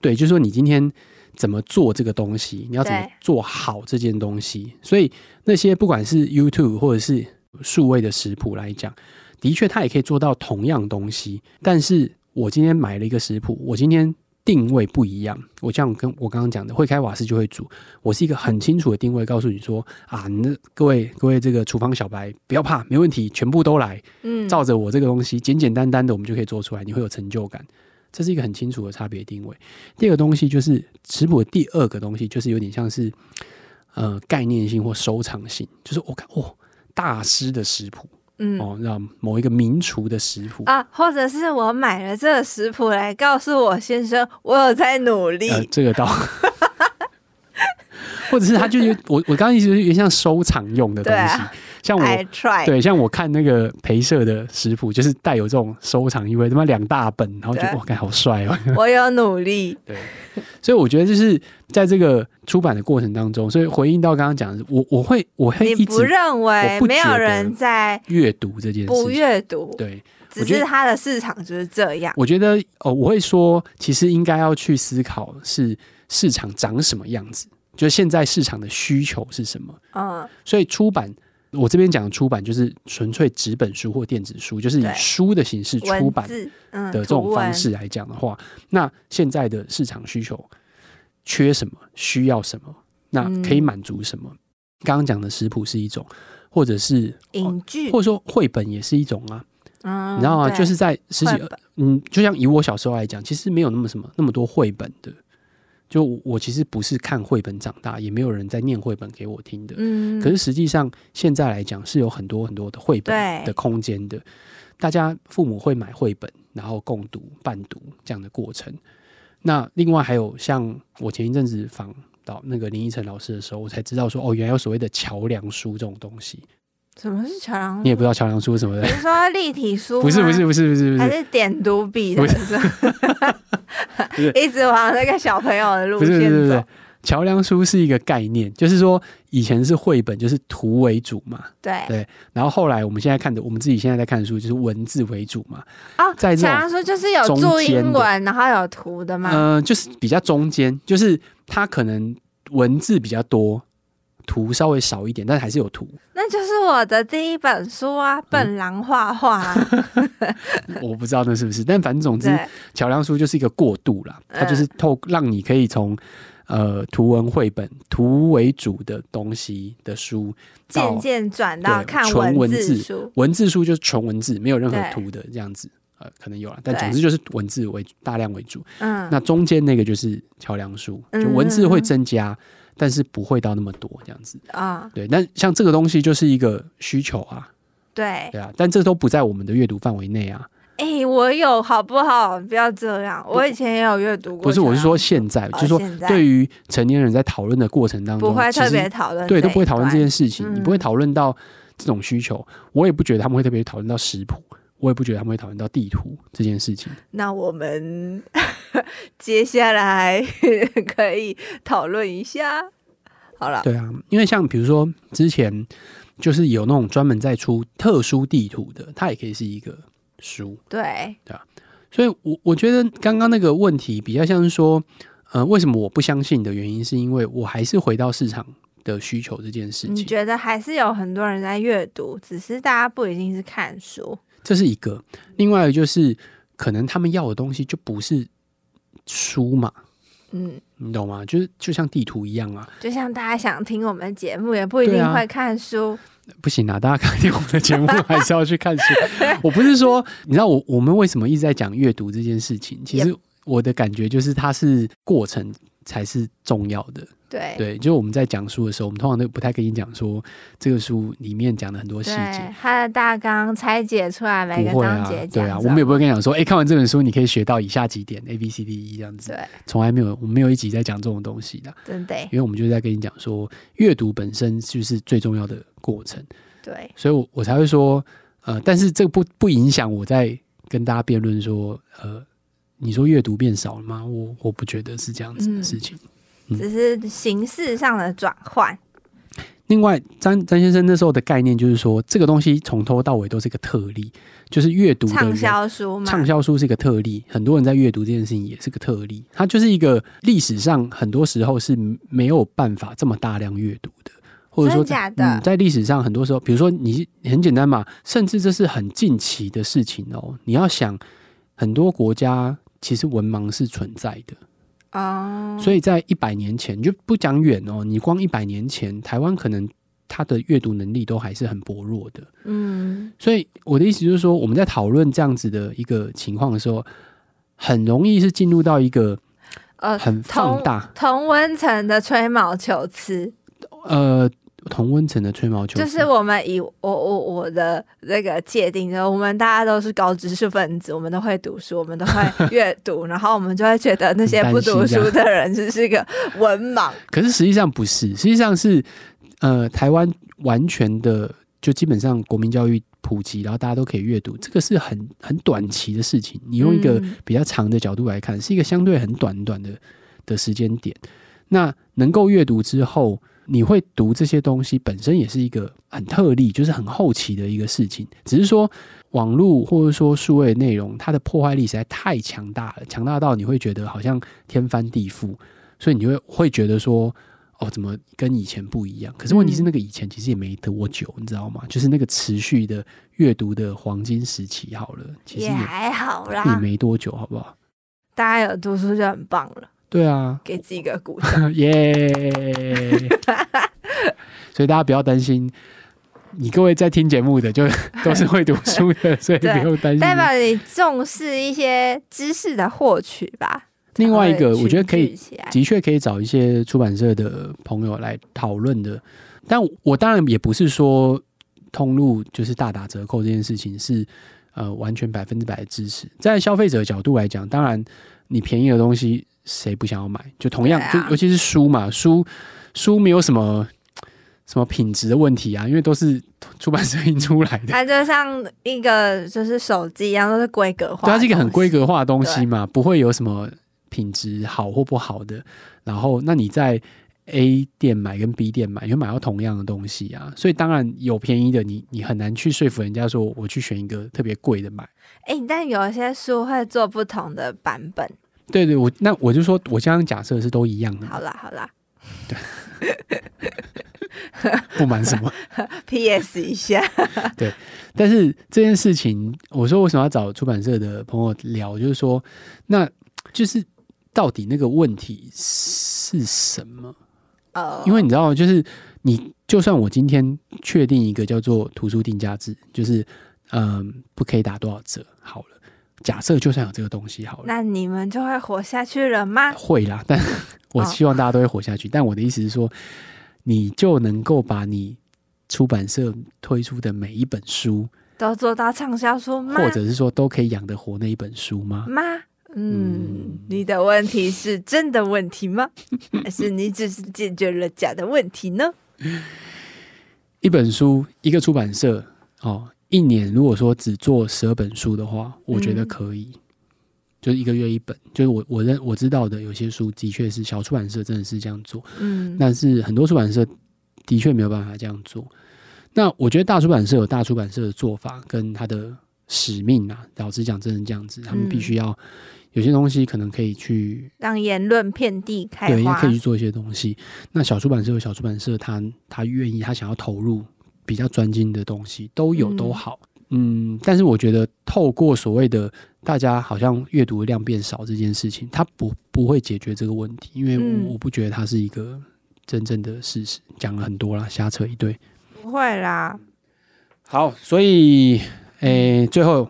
Speaker 2: 对，就是说你今天怎么做这个东西，你要怎么
Speaker 1: 对
Speaker 2: 做好这件东西。所以那些不管是 YouTube 或者是数位的食谱来讲，的确它也可以做到同样东西，但是我今天买了一个食谱，我今天。定位不一样，我像跟我刚刚讲的，会开瓦斯就会煮。我是一个很清楚的定位，告诉你说啊，那各位各位这个厨房小白不要怕，没问题，全部都来。
Speaker 1: 嗯，
Speaker 2: 照着我这个东西，简简单单的我们就可以做出来，你会有成就感。这是一个很清楚的差别定位。第二个东西就是食谱，第二个东西就是有点像是呃概念性或收藏性，就是我看哦大师的食谱，
Speaker 1: 嗯
Speaker 2: 哦，让某一个名厨的食谱。
Speaker 1: 啊，或者是我买了这个食谱来告诉我先生，我有在努力。
Speaker 2: 呃，这个倒， 或者是他就有我我刚刚意思就是有点像收藏用的东
Speaker 1: 对
Speaker 2: 西，
Speaker 1: 啊
Speaker 2: 像我
Speaker 1: I try，
Speaker 2: 对像我看那个陪社的食谱，就是带有这种收藏意味，他妈两大本，然后就
Speaker 1: 对啊
Speaker 2: 哇，看好帅哦。
Speaker 1: 我有努 力。
Speaker 2: 对，所以我觉得就是在这个出版的过程当中，所以回应到刚刚讲的，我我会我会
Speaker 1: 你
Speaker 2: 一
Speaker 1: 不
Speaker 2: 直
Speaker 1: 认为
Speaker 2: 我不
Speaker 1: 没
Speaker 2: 觉
Speaker 1: 有
Speaker 2: 得
Speaker 1: 人在
Speaker 2: 阅读这件事
Speaker 1: 不
Speaker 2: 情。
Speaker 1: 阅读，
Speaker 2: 对，
Speaker 1: 只
Speaker 2: 我觉
Speaker 1: 是
Speaker 2: 得
Speaker 1: 他的市场就是这样。
Speaker 2: 我觉得哦，我会说，其实应该要去思考是市场长什么样子，就是现在市场的需求是什么。
Speaker 1: 嗯，
Speaker 2: 所以出版，我这边讲的出版就是纯粹纸本书或电子书，就是以
Speaker 1: 对
Speaker 2: 书的形式出
Speaker 1: 文
Speaker 2: 版
Speaker 1: 字，嗯，
Speaker 2: 的这种
Speaker 1: 图文
Speaker 2: 方，式哦来讲的话，那现在的市场需求缺什么，需要什么，那可以
Speaker 1: 嗯
Speaker 2: 满足什么？刚刚讲的食谱是一种，或者是
Speaker 1: 影剧
Speaker 2: 或，者说绘本也是一种啊，
Speaker 1: 嗯，
Speaker 2: 你知道吗？
Speaker 1: 对
Speaker 2: 就是在十几
Speaker 1: 绘本
Speaker 2: 嗯，就像以我小时候来讲，其实没有那么什么那么多绘本的。就我我其实不是看绘本长大，也没有人在念绘本给我听的。
Speaker 1: 嗯，
Speaker 2: 可是实际上现在来讲是有很多很多的绘本
Speaker 1: 对
Speaker 2: 的空间的，大家父母会买绘本，然后共读、伴读这样的过程。那另外还有像我前一阵子访到那个林依晨老师的时候，我才知道说哦，原来有所谓的桥梁书这种东西，
Speaker 1: 什么是桥梁？
Speaker 2: 你也不知道桥梁书是什么
Speaker 1: 你
Speaker 2: 的，
Speaker 1: 是说立体书？
Speaker 2: 不是不是。不是不是不
Speaker 1: 啊还
Speaker 2: 是
Speaker 1: 是点读笔的
Speaker 2: 不，
Speaker 1: 是吧 一直往那个小朋友的路
Speaker 2: 不是不是不
Speaker 1: 线
Speaker 2: 是
Speaker 1: 走。，
Speaker 2: 桥梁书是一个概念，就是说以前是绘本，就是图为主嘛，
Speaker 1: 对
Speaker 2: 对然后后来我们现在看的，我们自己现在在看的书就是文字为主嘛，
Speaker 1: 啊，
Speaker 2: 在这种
Speaker 1: 桥梁书就是有注英文，然后有图的嘛。
Speaker 2: 呃，就是比较中间，就是它可能文字比较多，图稍微少一点，但还是 有图。
Speaker 1: 那就是我的第一本书
Speaker 2: 嗯
Speaker 1: 啊，《笨狼画画》 啊。
Speaker 2: 我不知道那是不是，但反正总之，
Speaker 1: 对，嗯
Speaker 2: 桥梁书就是一个过渡啦，它就是透让你可以从呃图文绘本图为主的东西的书到
Speaker 1: 渐渐转到
Speaker 2: 对
Speaker 1: 看
Speaker 2: 纯文
Speaker 1: 字
Speaker 2: 字
Speaker 1: 书。
Speaker 2: 文字书就是纯文字，没有任何
Speaker 1: 对
Speaker 2: 图的这样子。呃，可能有了，但
Speaker 1: 对
Speaker 2: 总之就是文字为主大量为主。
Speaker 1: 嗯，
Speaker 2: 那中间那个就是桥梁书，就文字会增加，但是不会到那么多这样子。
Speaker 1: 啊，
Speaker 2: 对，但像这个东西就是一个需求啊，
Speaker 1: 对。
Speaker 2: 对啊，但这都不在我们的阅读范围内啊。
Speaker 1: 哎，我有好不好？不要这样。我以前也有阅读过。哦
Speaker 2: 不是，我是说，现在，就是说
Speaker 1: 现在
Speaker 2: 对于成年人在讨论的过程当中，
Speaker 1: 不会
Speaker 2: 其实
Speaker 1: 特别讨论，
Speaker 2: 对都不会讨论这件。事情，
Speaker 1: 嗯
Speaker 2: 你不会讨论到这种需求，我也不觉得他们会特别讨论到食谱，我也不觉得他们会讨论到地图这件事情。
Speaker 1: 那我们 接下来 可以讨论一下。好了，
Speaker 2: 对啊，因为像比如说之前就是有那种专门在出特殊地图的，它也可以是一个书，
Speaker 1: 对，
Speaker 2: 所以我，我觉得刚刚那个问题比较像是说，呃，为什么我不相信的原因，是因为我还是回到市场的需求这件事
Speaker 1: 你
Speaker 2: 情，
Speaker 1: 觉得还是有很多人在阅读，只是大家不一定是看书。
Speaker 2: 这是一个。另外一个就是，可能他们要的东西就不是书嘛，
Speaker 1: 嗯，
Speaker 2: 你懂吗？就是就像地图一样啊，
Speaker 1: 就像大家想听我们节目，也不一定
Speaker 2: 对啊
Speaker 1: 会看书。
Speaker 2: 不行啊，大家看听我们的节目还是要去看书。我不是说，你知道我我们为什么一直在讲阅读这件事情？其实我的感觉就是，它是过程才是重要的。
Speaker 1: 对
Speaker 2: 对，就是我们在讲书的时候，我们通常都不太跟你讲说这个书里面讲的很多细
Speaker 1: 对
Speaker 2: 节，，
Speaker 1: 它的大纲拆解出来每个
Speaker 2: 不会
Speaker 1: 章
Speaker 2: 啊
Speaker 1: 节，
Speaker 2: 对
Speaker 1: 讲
Speaker 2: 啊，
Speaker 1: 什
Speaker 2: 我
Speaker 1: 么
Speaker 2: 们也不会跟你讲说，哎、看完这本书你可以学到以下几点 A B C D E 这样子，
Speaker 1: 对，
Speaker 2: 从来没有，我们没有一集在讲这种东西的，
Speaker 1: 真的
Speaker 2: 因为我们就在跟你讲说，阅读本身就是最重要的过程，
Speaker 1: 对，
Speaker 2: 所以我我才会说，呃，但是这个不不影响我在跟大家辩论说，呃，你说阅读变少了吗？我我不觉得是这样子的
Speaker 1: 嗯
Speaker 2: 事情。嗯
Speaker 1: 只是形式上的转换。
Speaker 2: 另外，詹詹先生那时候的概念就是说，这个东西从头到尾都是一个特例，就是阅读的
Speaker 1: 畅
Speaker 2: 人
Speaker 1: 销书嘛，
Speaker 2: 畅销书是一个特例，很多人在阅读这件事情也是个特例，它就是一个历史上很多时候是没有办法这么大量阅读的，或者说
Speaker 1: 真的假
Speaker 2: 在
Speaker 1: 的
Speaker 2: 嗯，在历史上很多时候，比如说你很简单嘛，甚至这是很近期的事情哦。你要想，很多国家其实文盲是存在的，
Speaker 1: 哦，
Speaker 2: 所以在一百年前，你就不讲远哦，你光一百年前，台湾可能它的阅读能力都还是很薄弱的。
Speaker 1: 嗯，
Speaker 2: 所以我的意思就是说，我们在讨论这样子的一个情况的时候，很容易是进入到一个
Speaker 1: 呃，
Speaker 2: 很放大，
Speaker 1: 同温层的吹毛求疵，
Speaker 2: 呃，同温层的吹毛求疵，
Speaker 1: 就是我们以我我我的那个界定，就是我们大家都是高知识分子，我们都会读书，我们都会阅读，然后我们就会觉得那些
Speaker 2: 很
Speaker 1: 不
Speaker 2: 担
Speaker 1: 读
Speaker 2: 心这
Speaker 1: 书
Speaker 2: 样
Speaker 1: 的人就是个文盲。
Speaker 2: 可是实际上不是，实际上是呃，台湾完全的就基本上国民教育普及，然后大家都可以阅读，这个是很很短期的事情。你用一个
Speaker 1: 嗯
Speaker 2: 比较长的角度来看，是一个相对很短短的的时间点。那能够阅读之后，你会读这些东西，本身也是一个很特例，就是很后期的一个事情。只是说网络或者说数位内容，它的破坏力实在太强大了，强大到你会觉得好像天翻地覆，所以你就会会觉得说。哦，怎么跟以前不一样？可是问题是，
Speaker 1: 嗯
Speaker 2: 那个以前其实也没多久，你知道吗？就是那个持续的阅读的黄金时期，好了，其实
Speaker 1: 也
Speaker 2: 也
Speaker 1: 还好
Speaker 2: 也
Speaker 1: 啦，
Speaker 2: 没多久，好不好？
Speaker 1: 大家有读书就很棒了，
Speaker 2: 对啊，
Speaker 1: 给自己一个鼓掌。
Speaker 2: 耶！ 所以大家不要担心，你各位在听节目的就 都是会读书的，所以不
Speaker 1: 对
Speaker 2: 用
Speaker 1: 代
Speaker 2: 担心。
Speaker 1: 表呃你重视一些知识的获取吧。
Speaker 2: 另外一个，
Speaker 1: 才会
Speaker 2: 我觉得可
Speaker 1: 群聚
Speaker 2: 以，
Speaker 1: 起来
Speaker 2: 的确可以找一些出版社的朋友来讨论的。但我当然也不是说通路就是大打折扣这件事情是呃完全百分之百的支持。在消费者的角度来讲，当然你便宜的东西谁不想要买？就同样，
Speaker 1: 对
Speaker 2: 就
Speaker 1: 啊
Speaker 2: 尤其是书嘛，书书没有什么什么品质的问题啊，因为都是出版社印出来的。
Speaker 1: 它就像一个就是手机一样，都是规格化的东西。
Speaker 2: 对，它是一个很规格化的东西嘛，不会有什么品质好或不好的。然后，那你在 A 店买跟 B 店买，你会买到同样的东西啊。所以，当然有便宜的你，你很难去说服人家说我去选一个特别贵的买。
Speaker 1: 哎、但有一些书会做不同的版本。
Speaker 2: 对对，我那我就说，我刚刚假设是都一样的，
Speaker 1: 好啦好啦
Speaker 2: 不瞒 什么。
Speaker 1: ，PS 一下，
Speaker 2: 但是这件事情，我说为什么要找出版社的朋友聊，就是说，那就是到底那个问题是什么？
Speaker 1: 呃，
Speaker 2: 因为你知道，就是你就算我今天确定一个叫做图书定价制，就是嗯、不可以打多少折，好了，假设就算有这个东西好了，
Speaker 1: 那你们就会活下去了吗？
Speaker 2: 会啦，但我希望大家都会活下去。但我的意思是说，你就能够把你出版社推出的每一本书，
Speaker 1: 都做到畅销书吗？
Speaker 2: 或者是说都可以养得活那一本书吗？
Speaker 1: 吗？嗯
Speaker 2: 嗯，
Speaker 1: 你的问题是真的问题 吗？还是你只是解决了假的问题呢？
Speaker 2: 一本书，一个出版社，哦，一年如果说只做十二本书的话，我觉得
Speaker 1: 嗯
Speaker 2: 可以，就是一个月一本。就是我我认我知道的，有些书的确是小出版社真的是这样做，
Speaker 1: 嗯，
Speaker 2: 但是很多出版社的确没有办法这样做。那我觉得大出版社有大出版社的做法跟他的使命啊，老实讲，真的这样子，他们
Speaker 1: 嗯
Speaker 2: 必须要、有些东西可能可以去
Speaker 1: 让言论遍地开
Speaker 2: 对，也
Speaker 1: 花
Speaker 2: 可以。去做一些东西。那小出版社有小出版社他，他愿意，他想要投入比较专精的东西，都有
Speaker 1: 嗯
Speaker 2: 都好。嗯，但是我觉得透过所谓的大家好像阅读量变少这件事情，它不不会解决这个问题，因为
Speaker 1: 嗯
Speaker 2: 我我不觉得它是一个真正的事实。讲了很多啦，瞎扯一堆。
Speaker 1: 不会啦，
Speaker 2: 好，所以诶、最后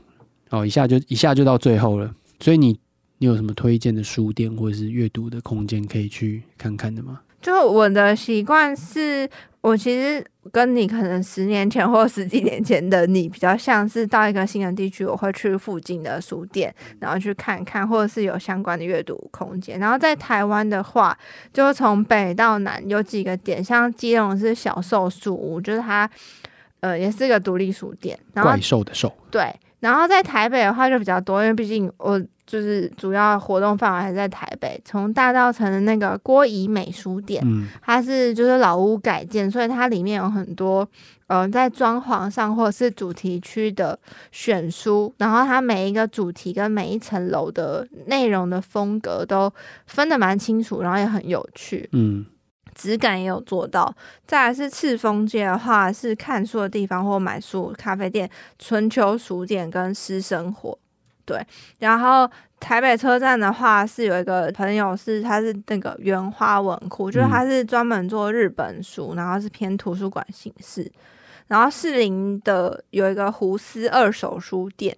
Speaker 2: 哦，一下就一下就到最后了。所以你你有什么推荐的书店或者是阅读的空间可以去看看的吗？
Speaker 1: 就我的习惯是，我其实跟你可能十年前或十几年前的你比较像是到一个新的地区，我会去附近的书店，然后去看看，或者是有相关的阅读空间。然后在台湾的话，就从北到南有几个点，像基隆是小寿书屋，就是它呃也是个独立书店，然后
Speaker 2: 怪兽的兽，
Speaker 1: 对，然后在台北的话就比较多，因为毕竟我就是主要活动范围还是在台北，从大稻城的那个郭怡美书店，
Speaker 2: 嗯，
Speaker 1: 它是就是老屋改建，所以它里面有很多呃在装潢上或者是主题区的选书，然后它每一个主题跟每一层楼的内容的风格都分得蛮清楚，然后也很有趣。
Speaker 2: 嗯，
Speaker 1: 质感也有做到。再来是赤峰街的话，是看书的地方或买书咖啡店、春秋书店跟私生活。对，然后台北车站的话是有一个朋友是他是那个原花文库，就是他是专门做日本书，然后是偏图书馆形式。然后士林的有一个胡思二手书店，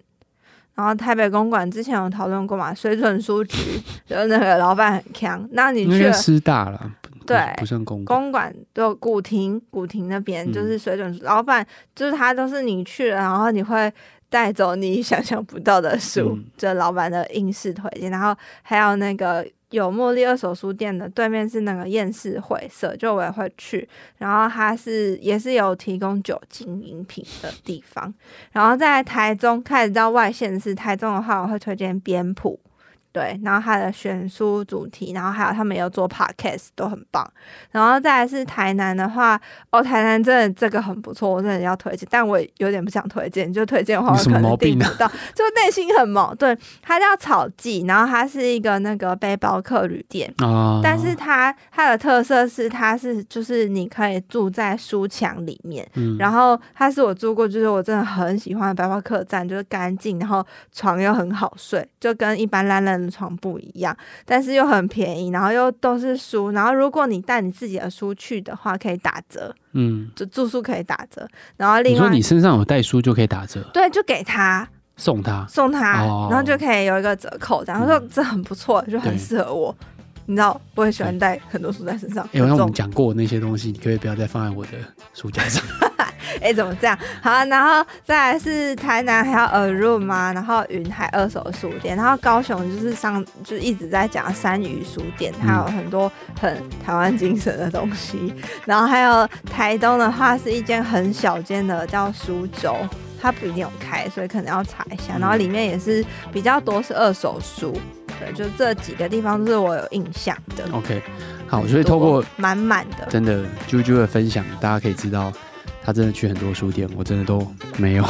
Speaker 1: 然后台北公馆之前 有讨论过嘛，水准书局，就是那个老板很强。那你
Speaker 2: 应
Speaker 1: 去
Speaker 2: 该
Speaker 1: 了
Speaker 2: 师大了，
Speaker 1: 对
Speaker 2: 不算公馆嗯
Speaker 1: 公馆就古亭，古亭那边就是水准，老板就是他，都是你去了，然后你会带走你想象不到的书，
Speaker 2: 嗯
Speaker 1: 这老板的应试推荐，然后还有那个。有茉莉二手书店的对面是那个厌世会社，就我也会去。然后它是也是有提供酒精饮品的地方。然后在台中开始到外县市，台中的话我会推荐边谱，对，然后它的选书主题，然后还有他们有做 podcast 都很棒。然后再来是台南的话，哦，台南真的这个很不错，我真的要推荐，但我有点不想推荐，就推荐的话我
Speaker 2: 你什
Speaker 1: 可
Speaker 2: 么
Speaker 1: 能
Speaker 2: 毛
Speaker 1: 订
Speaker 2: 病
Speaker 1: 不
Speaker 2: 啊
Speaker 1: 到，就内心很矛盾。它叫草记，然后它是一个那个背包客旅店。
Speaker 2: 啊，
Speaker 1: 但是它它的特色是，它是就是你可以住在书墙里面，
Speaker 2: 嗯
Speaker 1: 然后它是我住过，就是我真的很喜欢的白包客栈，就是干净，然后床又很好睡，就跟一般烂烂的床不一样，但是又很便宜，然后又都是书，然后如果你带你自己的书去的话，可以打折，
Speaker 2: 嗯，
Speaker 1: 就住宿可以打折，然后
Speaker 2: 你
Speaker 1: 另
Speaker 2: 说
Speaker 1: 外
Speaker 2: 你身上有带书就可以打折
Speaker 1: 对，就给他，
Speaker 2: 送他，
Speaker 1: 送他，
Speaker 2: 哦
Speaker 1: 然后就可以有一个折扣，然后说
Speaker 2: 嗯
Speaker 1: 这很不错，就很
Speaker 2: 对
Speaker 1: 适合我。你知道，我也喜欢带很多书在身上，
Speaker 2: 哎、
Speaker 1: 很
Speaker 2: 那我
Speaker 1: 重
Speaker 2: 们讲过的那些东西，你可不可以不要再放在我的书架 上。
Speaker 1: 哎、怎么这样？好啊，然后再来是台南还有耳润嘛，然后云海二手书店，然后高雄就是上就一直在讲山鱼书店，它
Speaker 2: 嗯
Speaker 1: 有很多很台湾精神的东西。然后还有台东的话是一间很小间的叫苏州。它不一定有开，所以可能要查一下。
Speaker 2: 嗯
Speaker 1: 然后里面也是比较多是二手书，对，就这几个地方都是我有印象的。
Speaker 2: OK，好，
Speaker 1: 很
Speaker 2: 所以透
Speaker 1: 多
Speaker 2: 过
Speaker 1: 满满的，
Speaker 2: 真的啾啾的分享，大家可以知道，他真的去很多书店，我真的都没有。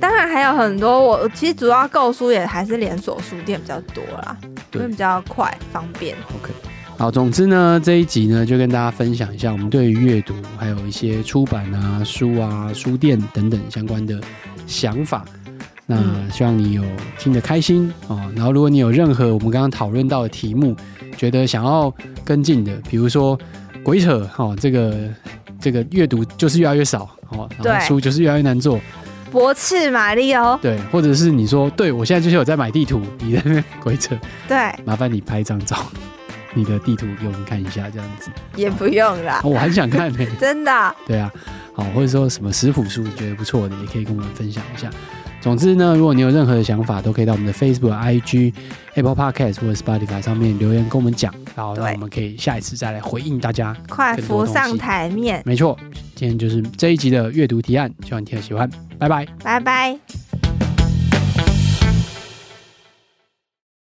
Speaker 1: 当然还有很多我，我其实主要购书也还是连锁书店比较多啦，因
Speaker 2: 对
Speaker 1: 为比较快方便。
Speaker 2: OK，好，总之呢，这一集呢就跟大家分享一下我们对于阅读，还有一些出版啊、书啊、书店等等相关的想法。那
Speaker 1: 嗯
Speaker 2: 希望你有听得开心哦。然后，如果你有任何我们刚刚讨论到的题目，觉得想要跟进的，比如说鬼扯哦，这个这个阅读就是越来越少哦，然
Speaker 1: 对
Speaker 2: 后书就是越来越难做，
Speaker 1: 博翅马里奥，
Speaker 2: 对，或者是你说对我现在就是有在买地图，你在那边 鬼扯，
Speaker 1: 对，
Speaker 2: 麻烦你拍一张照，你的地图给我们看一下，这样子。
Speaker 1: 也不用啦，
Speaker 2: 哦 我很想看呢、
Speaker 1: 真的。
Speaker 2: 对啊，好，或者说什么食谱书你觉得不错的，也可以跟我们分享一下。总之呢，如果你有任何的想法，都可以到我们的 Facebook、IG、Apple Podcast 或者 Spotify 上面留言跟我们讲，然后让
Speaker 1: 对
Speaker 2: 我们可以下一次再来回应大家。
Speaker 1: 快
Speaker 2: 更
Speaker 1: 浮
Speaker 2: 多东
Speaker 1: 上
Speaker 2: 西
Speaker 1: 台面，
Speaker 2: 没错，今天就是这一集的阅读提案，希望你听得喜欢，拜拜。
Speaker 1: 拜拜。